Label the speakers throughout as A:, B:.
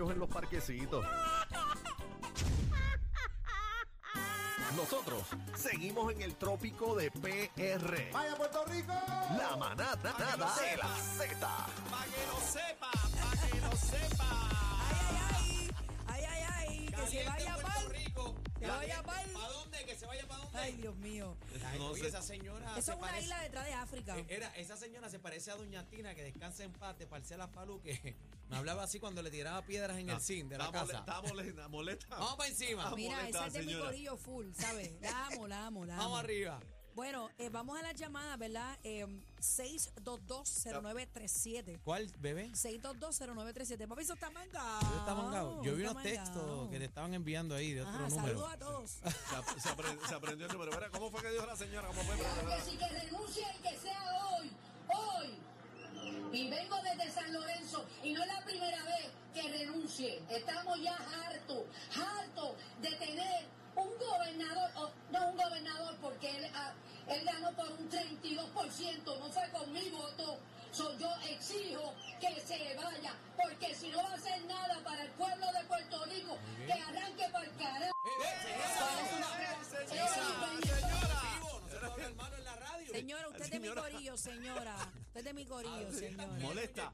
A: los parquecitos. Nosotros seguimos en el trópico de PR.
B: ¡Vaya Puerto Rico!
A: La manada
C: que
A: de
C: no sepa.
A: la Z.
C: Para que lo sepa, para que lo sepa.
D: Ay, ay, ay, ay, ay, ay, que
C: Caliente
D: se vaya
C: Puerto
D: mal.
C: Rico.
D: Que vaya pal.
C: ¿Para dónde? Que se vaya para dónde.
D: Ay, Dios mío.
C: Ay,
E: No
C: oye,
E: sé.
C: esa señora
D: Eso
C: se
D: es una
C: Ah, parece-
D: isla detrás de África.
C: eh, Era, esa señora se parece a Doña Tina, que descansa en paz, de Parcela Falú, que me hablaba así cuando le tiraba piedras en el zinc de la
E: Ah, Está mole-
C: casa.
E: Está molesta, molesta.
C: Vamos para encima.
D: Ah, Mira,
E: molesta,
D: esa es de mi
E: señora.
D: corillo full, ¿sabes? La amo, la amo, la amo.
C: Vamos arriba.
D: Bueno, eh, vamos a las llamadas, ¿verdad? Eh, 6220937.
C: ¿Cuál, bebé?
D: 6220937. Papi, eso está mangado.
C: Yo estaba mangado. Yo vi
D: Ah, está
C: unos textos
D: mangado.
C: que le estaban enviando ahí de otro
D: Ajá,
C: número.
D: saludos a todos.
E: Se, ap- se apre- se aprendió el número. Mira, ¿Cómo fue que dijo la señora? ¿Cómo fue? Espérate,
F: Claro que
E: espérate.
F: sí, que renuncie y que sea hoy, hoy. Y vengo desde San Lorenzo y no es la primera vez que renuncie. Estamos ya hartos, hartos de tener un gobernador, o, no un gobernador porque él, ah, él ganó por un 32%, no fue con mi voto. So, yo exijo que se vaya, porque si no va a hacer nada para el pueblo de Puerto Rico, que arranque para el carajo.
E: Eh,
D: Señora, usted es de mi
E: Señora. Ah,
D: corillo, señora. Usted es de mi
C: Ah,
D: corillo, señora.
E: Molesta.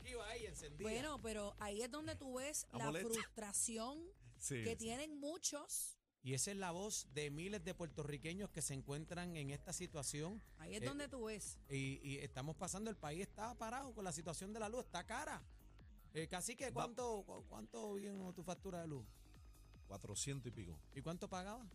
D: Bueno, pero ahí es donde tú ves
E: La
D: la,
E: molesta.
D: frustración
E: Sí,
D: que
E: sí.
D: tienen muchos.
C: Y esa es la voz de miles de puertorriqueños que se encuentran en esta situación.
D: Ahí es
C: Eh,
D: donde tú ves.
C: Y, y estamos pasando, el país está parado con la situación de la luz, está cara. Eh, casi que cuánto, cu- cuánto vino tu factura de luz?
E: 400 y pico.
C: ¿Y cuánto pagaba?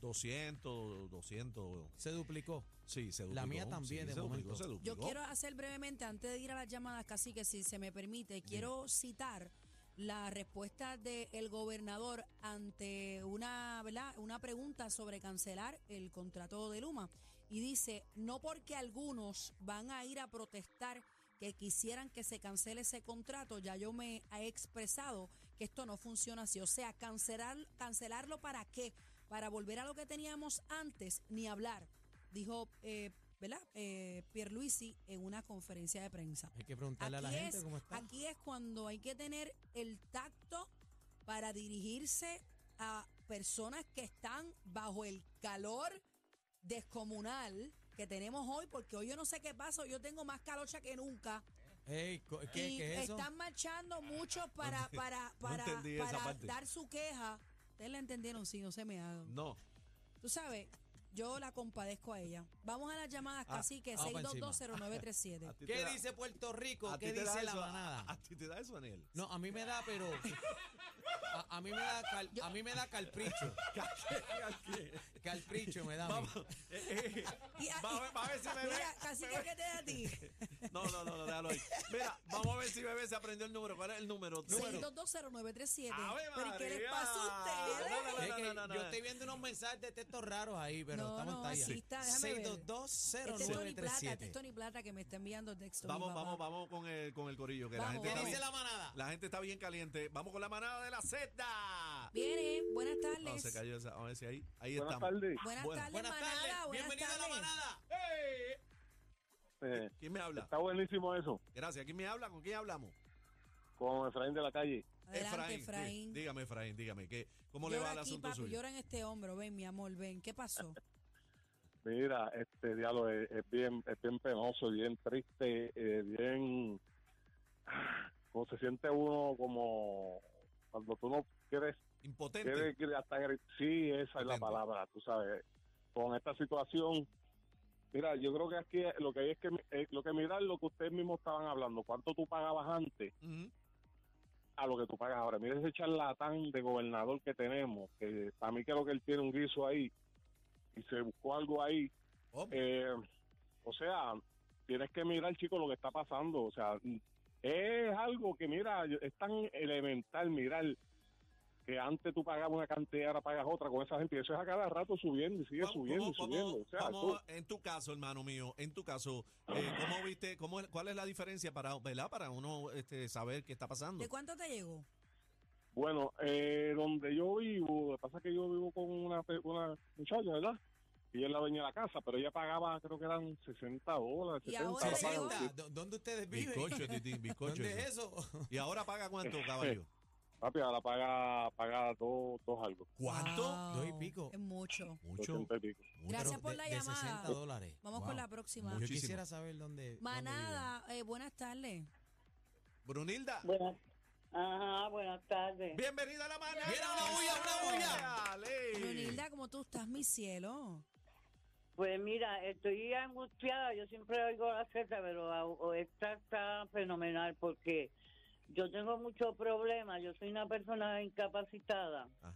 E: 200, 200.
C: Se duplicó.
E: Sí, se
C: La
E: duplicó.
C: mía también,
E: Sí,
C: de
E: se duplicó,
C: momento.
E: se
D: Yo
E: duplicó.
D: quiero hacer brevemente, antes de ir a las llamadas, casi que si se me permite, quiero citar la respuesta del gobernador ante una, ¿verdad? una pregunta sobre cancelar el contrato de Luma. Y dice, no porque algunos van a ir a protestar que quisieran que se cancele ese contrato, ya yo me he expresado que esto no funciona así. O sea, cancelar, cancelarlo para qué? Para volver a lo que teníamos antes, ni hablar, dijo eh, ¿verdad? Eh, Pierluisi en una conferencia de prensa.
C: Hay que preguntarle a la
D: Aquí
C: gente
D: es,
C: cómo está.
D: aquí es cuando hay que tener el tacto para dirigirse a personas que están bajo el calor descomunal que tenemos hoy, porque hoy yo no sé qué pasa, hoy yo tengo más calocha que nunca.
C: Ey, co- ¿qué,
D: y
C: qué es eso?
D: están marchando muchos para, para, para,
E: entendí esa
D: para
E: parte.
D: dar su queja. Ustedes la entendieron, sí, no se me hagan.
E: No.
D: Tú sabes, yo la compadezco a ella. Vamos a las llamadas,
E: Ah,
D: así que
C: vamos pa' encima.
D: 6220937.
E: ti te
C: ¿Qué
E: da-
C: dice Puerto Rico?
E: a ti
C: ¿Qué
E: te da
C: dice la
E: eso, a-
C: manada?
E: A, ti te da eso, Daniel.
C: No, a mí me da, pero. A, a mí me da cal- a mí me da calpricho. Calpricho me da. a mí.
E: Vamos. Eh, eh,
D: Y-
E: va a ver- va a ver si me ve.
D: Mira, casi que ¿qué te da a ti.
E: No, no, no, no, déjalo ahí. Mira, vamos a ver si bebé se aprendió el número. ¿Cuál es el número? Número.
D: 6220937.
E: ¡Ave
D: ¿Pero qué les
E: María!
D: pasa a
E: No,
D: ustedes?
E: no, no.
C: Es que
E: no,
C: yo
E: no.
C: estoy viendo unos mensajes de textos raros ahí, pero
D: No,
C: estamos
D: no,
C: en
D: así está, déjame ver. Este es Tony Plata, este
C: 6220937.
D: es Tony Plata que me está enviando texto. mi
E: Vamos,
D: papá.
E: vamos, vamos con el, con el corillo. Que
D: Vamos,
E: la gente
C: ¿Qué
E: está
C: dice
E: bien-
C: la manada?
E: La gente está bien caliente. Vamos con la manada de la Z.
D: Viene, buenas
E: No, se
D: tardes.
E: cayó esa. Vamos a ver si ahí, ahí
G: Buenas
E: estamos.
G: tardes.
D: buenas
E: Bueno,
D: tardes,
C: Buenas
D: manada.
C: tardes,
D: Buenas
C: bienvenido
D: tardes.
C: a la manada.
G: Eh,
E: ¿Quién me habla?
G: está buenísimo eso,
E: Gracias. ¿Quién me habla? ¿Con quién hablamos?
G: con Efraín de la calle.
D: Adelante, Efraín.
E: dí- Dígame, Efraín, dígame. ¿qué, ¿Cómo le va
D: Llora
E: el
D: aquí,
E: asunto
D: papi,
E: suyo?
D: llora en este hombro. Ven, mi amor, ven. ¿Qué pasó?
G: Mira, este diálogo es, es bien, es bien penoso, bien triste, eh, bien... Como se siente uno como cuando tú no quieres,
E: Impotente.
G: quieres, quieres hasta gri- Sí, esa es la
E: Potente.
G: palabra, tú sabes. Con esta situación, mira, yo creo que aquí lo que hay es que eh, lo que mirar lo que ustedes mismos estaban hablando, cuánto tú pagabas antes
D: Mm-hmm.
E: Ujú.
G: a lo que tú pagas ahora. Mira ese charlatán de gobernador que tenemos, que para mí creo que él tiene un guiso ahí y se buscó algo ahí.
E: Hombre,
G: Eh, o sea, tienes que mirar, chico, lo que está pasando. O sea, es algo que, mira, es tan elemental mirar que antes tú pagabas una cantidad, ahora pagas otra con esa gente. Y eso es a cada rato subiendo y sigue
E: vamos-
G: subiendo y
E: vamos-
G: subiendo.
E: vamos-
G: o sea,
E: vamos-
G: tú-
E: en tu caso, hermano mío, en tu caso, eh, ¿cómo viste? Cómo, ¿Cuál es la diferencia para, ¿verdad? para uno este, saber qué está pasando?
D: ¿De cuánto te llegó?
G: Bueno, eh, donde yo vivo, lo que pasa es que yo vivo con una, pe- una muchacha, ¿verdad? Y ella es la dueña de la casa, pero ella pagaba, creo que eran 60 dólares,
D: Y
G: 70
D: ahora
G: ahora
D: llegó-
G: paga-
C: 60. ¿Dó- ¿Dónde ustedes viven?
E: este, Bizcocho, Titi, bizcocho.
C: ¿Dónde es eso?
G: Eh,
E: ¿Y ahora paga cuánto, caballo?
B: Papi, ahora paga, paga dos, dos algo.
E: ¿Cuánto?
D: Wow,
C: Dos y pico.
D: Es mucho.
E: Mucho.
B: 80 y pico.
D: Gracias
C: Pero
D: por
C: de-
D: la
C: de
D: llamada.
C: 60 dólares.
D: Vamos
C: Wow.
D: con la próxima.
C: Yo
E: Muchísimo.
C: quisiera saber dónde. dónde
D: Manada, eh, buenas tardes.
E: Brunilda,
H: Buenas, ajá, buenas tardes.
E: bienvenida a la manada.
C: Mira, una bulla, una bulla.
E: Dale.
D: Brunilda, ¿cómo tú estás, mi cielo?
H: Pues mira, estoy angustiada, yo siempre oigo la Z, pero a- o esta está fenomenal porque yo tengo muchos problemas, yo soy una persona incapacitada
E: Ajá.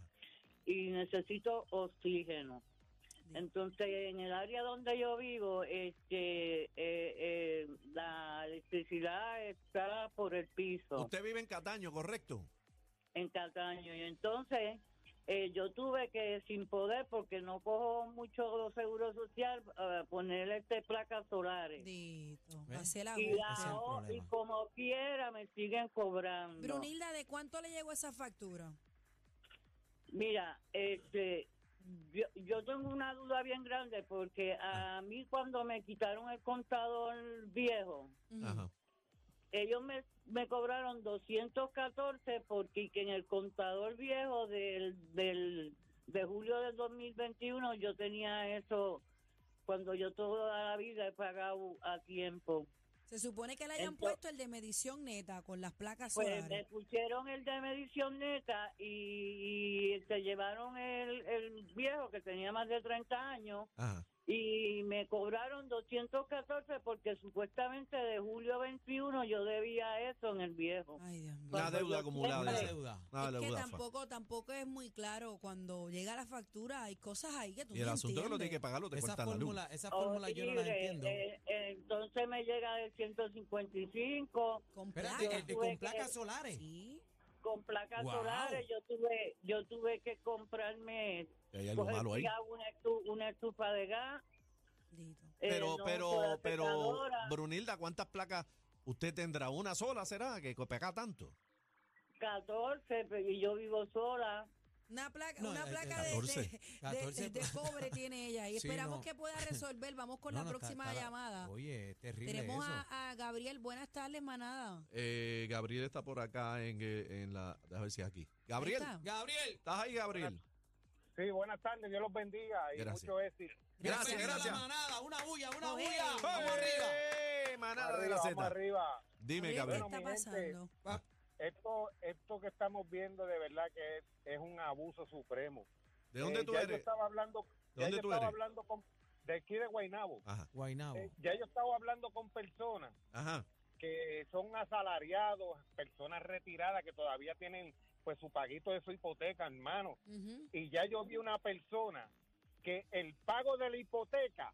H: y necesito oxígeno.
D: Di-
H: Entonces, en el área donde yo vivo, este, eh, eh, la electricidad está por el piso.
E: Usted vive en Cataño, ¿correcto?
H: en Cataño. Y entonces eh, yo tuve que, sin poder, porque no cojo mucho seguro social, eh, poner este placas solares.
D: Dito.
E: ¿Eh?
C: ¿Ves?
D: Así la
H: Y,
D: goza.
C: ese es el
H: ahora- y
C: problema.
H: como quiera me siguen cobrando.
D: Brunilda, ¿de cuánto le llegó esa factura?
H: Mira, este, yo, yo tengo una duda bien grande porque
C: Ah.
H: a mí cuando me quitaron el contador viejo,
D: Ujú.
E: Ajá.
H: ellos me, me cobraron 214 porque que en el contador viejo del, del, de julio del 2021 yo tenía eso cuando yo toda la vida he pagado a tiempo.
D: Se supone que le hayan
H: Ento-
D: puesto el de medición neta con las placas
H: Pues me
G: eh,
D: solares.
H: pusieron el de medición neta y, se llevaron el, el viejo que tenía más de 30 años
E: Ajá.
H: y me cobraron 214 porque supuestamente de julio 21 yo debía eso en el viejo.
D: Ay, Dios mío.
E: Una
H: Cuando
E: deuda
H: yo
E: acumulada.
C: vive. La
H: siempre-
E: esa.
C: deuda.
E: Una
D: es que
E: deuda, fa.
D: tampoco, tampoco es muy claro cuando llega la factura, hay cosas ahí que tú
E: Y el
D: no
E: asunto es que lo tiene que
D: entiendes.
E: pagarlo, te
C: Esa
E: cortan la luz.
C: fórmula, esa fórmula yo no la
H: Horrible.
C: entiendo.
H: Oh, Eh, eh, entonces me llega de 155
D: Con
C: Espérate,
D: placas.
C: eh, eh,
H: tuve
C: con
H: que-
C: placas solares.
D: Sí.
H: con placas
C: Wow.
H: solares. Yo tuve yo tuve que comprarme
E: Que hay algo
G: Pues,
H: coger
E: malo ahí.
H: ya una, estu- una estufa de gas.
D: Dito.
H: eh,
E: Pero,
H: no uso la
E: pero, pero,
H: secadora.
E: Brunilda, ¿cuántas placas usted tendrá? ¿Una sola será? Que pega tanto.
H: 14, pe- y yo vivo sola.
D: Una placa,
C: No,
D: una
C: eh,
D: placa de-
E: 14.
D: de, de-
C: 14.
D: de cobre tiene ella y
C: Sí,
D: esperamos
C: no.
D: que pueda resolver. Vamos con
C: No,
D: la
C: no, está-
D: próxima
C: está-
D: llamada.
C: Oye, es terrible
D: Tenemos
C: eso.
D: a, a Gabriel. Buenas tardes, manada.
E: Eh, Gabriel está por acá en, eh, en la. Déjame ver si es aquí. Gabriel,
D: Ahí está.
C: Gabriel,
E: ¿estás ahí, Gabriel?
G: Sí, buenas tardes, Dios los bendiga y
E: Gracias.
G: mucho éxito.
E: Gracias,
C: bienvenido a la
E: gracias.
C: manada, una bulla, una
D: Oye.
C: bulla. Vamos
E: ¡Ey!
C: arriba.
E: Manada de
G: Arriba,
E: la
G: vamos
E: Zeta.
G: arriba.
E: Dime,
D: Gabriel,
E: Gabriel.
D: ¿Qué está
G: Bueno, mi gente,
D: pasando?
G: Esto, esto que estamos viendo de verdad que es, es un abuso supremo.
E: ¿De dónde
G: Eh,
E: tú
G: ya Yo
E: eres?
G: estaba hablando,
E: ¿De
G: ya
E: dónde
G: yo
E: tú
G: estaba
E: eres? Oh.
G: hablando con, de aquí de Guaynabo.
E: Ajá,
C: Guaynabo.
G: Eh, ya yo estaba hablando con personas
E: ajá.
G: que son asalariados, personas retiradas que todavía tienen pues su paguito de su hipoteca, hermano.
D: Ujú.
G: y ya yo vi una persona que el pago de la hipoteca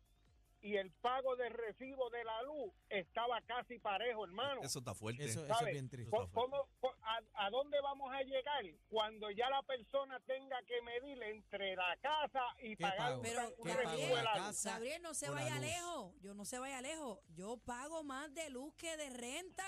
G: y el pago del recibo de la luz estaba casi parejo, hermano.
E: Eso está fuerte.
C: Eso, eso es
G: ¿Sabe?
C: bien triste.
G: Co- ¿Cómo, co- a, a dónde vamos a llegar cuando ya la persona tenga que medir entre la casa y
C: ¿Qué
G: pagar
C: pago?
G: un-
D: Pero
G: un
C: ¿Qué pago?
G: recibo
C: ¿La
G: de la luz?
C: casa?
D: Gabriel, no se
C: o la
D: vaya
C: luz.
D: lejos. Yo no se vaya lejos. Yo pago más de luz que de renta.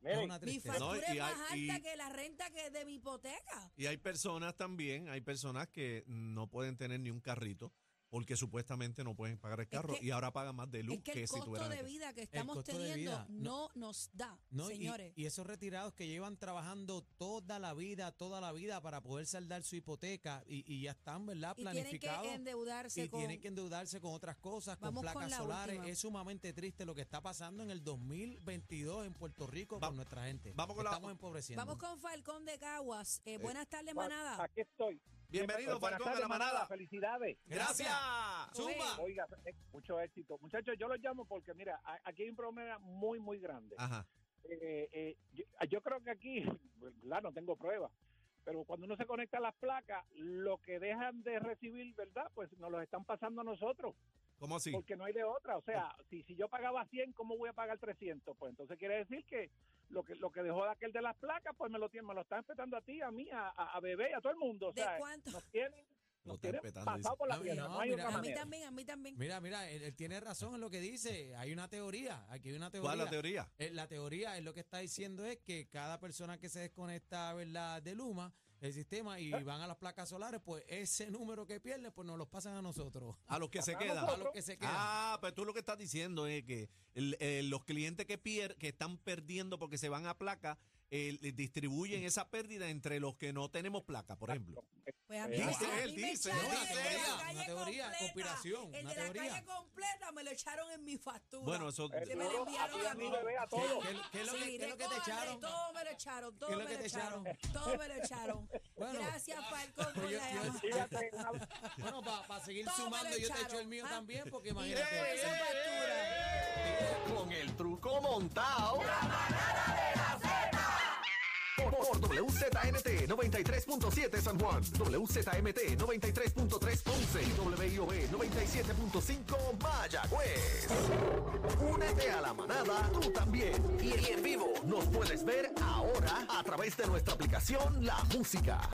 C: Es
G: Miren,
C: una
D: Mi
C: tristeza.
E: No,
D: factura
E: y
D: es más
E: hay- y-
D: alta que la renta que de mi hipoteca.
E: Y hay personas también, hay personas que no pueden tener ni un carrito porque supuestamente no pueden pagar el carro
D: que-
E: y ahora pagan más de luz
D: es que
E: que,
D: el
E: si
D: costo
E: tuvieran el
D: de
E: carro.
D: vida que estamos
C: costo de
D: teniendo
C: vida,
D: no, nos da,
C: No, y-
D: señores.
C: Y, esos retirados que llevan trabajando toda la vida, toda la vida para poder saldar su hipoteca y, y ya están, ¿verdad?
D: Y, tienen que
C: Planificados.
D: endeudarse
C: y
D: con...
C: tienen que endeudarse con otras cosas, con
D: Vamos con
C: placas
D: la
C: solares.
D: última.
C: Es sumamente triste lo que está pasando en el 2022 en Puerto Rico
E: Va-
C: con nuestra gente.
E: vamos con la-
C: Estamos empobreciendo.
D: Vamos con Falcón de Caguas. Eh, buenas tardes,
G: Juan,
D: manada.
G: Aquí estoy.
E: Bienvenido,
C: Pues,
G: Buenas
E: Falcón de la
G: tardes,
E: Manada.
G: Felicidades.
E: Gracias.
D: Zumba.
G: Oiga, eh, mucho éxito. Muchachos, yo los llamo porque, mira, a- aquí hay un problema muy, muy grande.
E: Ajá.
G: eh, eh, yo, yo creo que aquí, claro, no tengo pruebas, pero cuando uno se conecta a las placas, lo que dejan de recibir, ¿verdad? Pues nos los están pasando a nosotros,
E: ¿Cómo así?
G: porque no hay de otra. O sea, si, si yo pagaba 100, ¿cómo voy a pagar 300? Pues entonces quiere decir que lo que lo que dejó de aquel de las placas, pues me lo tienen, me lo están respetando a ti, a mí, a, a, a Bebé, a todo el mundo. O
D: ¿De
G: sea,
D: cuánto?
G: nos tienen,
E: Lo
G: nos
E: está
G: tienen
E: respetando, dice.
G: pasado por la
C: No,
G: piedra,
C: no,
G: no hay
C: mira,
G: otra
D: A mí
G: manera.
D: también, a mí también.
C: Mira, mira, él, él tiene razón en lo que dice. Hay una teoría. Aquí hay una teoría.
E: ¿Cuál es la teoría?
C: Eh, la teoría es lo que está diciendo es que cada persona que se desconecta ¿verdad? de Luma, el sistema,
G: Ah.
C: y van a las placas solares, pues ese número que pierden, pues nos los pasan a nosotros.
E: A los que se
G: A
E: quedan.
C: A los que se quedan.
E: Ah, pues tú lo que estás diciendo es que el- eh, los clientes que, pier- que están perdiendo porque se van a placa, eh, le distribuyen esa pérdida entre los que no tenemos placa, por ejemplo.
D: Pues a mí,
E: Dice
D: a mí
E: él,
D: me
E: dice,
D: echaron
E: no,
D: el de la
E: teoría,
D: calle
C: una teoría,
D: completa.
C: conspiración,
D: El
C: una
D: de la calle
C: teoría.
D: completa me lo echaron en mi factura.
E: Bueno, eso
D: Que me
G: Seguro,
D: lo enviaron
G: aquí
D: a
G: a
D: mí.
G: mi bebé a
C: ¿Qué,
G: todos.
C: qué- qué es lo que,
D: Sí,
C: qué es lo que te
D: recógele,
C: echaron?
D: Todo me lo echaron, todo
C: ¿Qué es
D: me
C: lo
D: lo
C: que te
D: echaron.
C: echaron?
D: Todo me lo echaron.
C: Bueno.
D: Gracias, Falcón, por
C: yo-
D: la
C: yo-
D: llamada.
G: Fíjate, una-
C: Bueno, para seguir
D: Todo me lo
C: sumando, yo te echo el
D: echaron,
C: mío
D: ¿ah?
C: también, porque
D: Y
C: imagínate.
D: por esa factura.
A: Con el truco montado. La manada de la Z. Por, por WZNT 93.7 San Juan, WZMT 93.3 Ponce y WIOB 97.5 Mayagüez. Únete a la manada tú también. Y en vivo nos puedes ver ahora a través de nuestra aplicación La Música.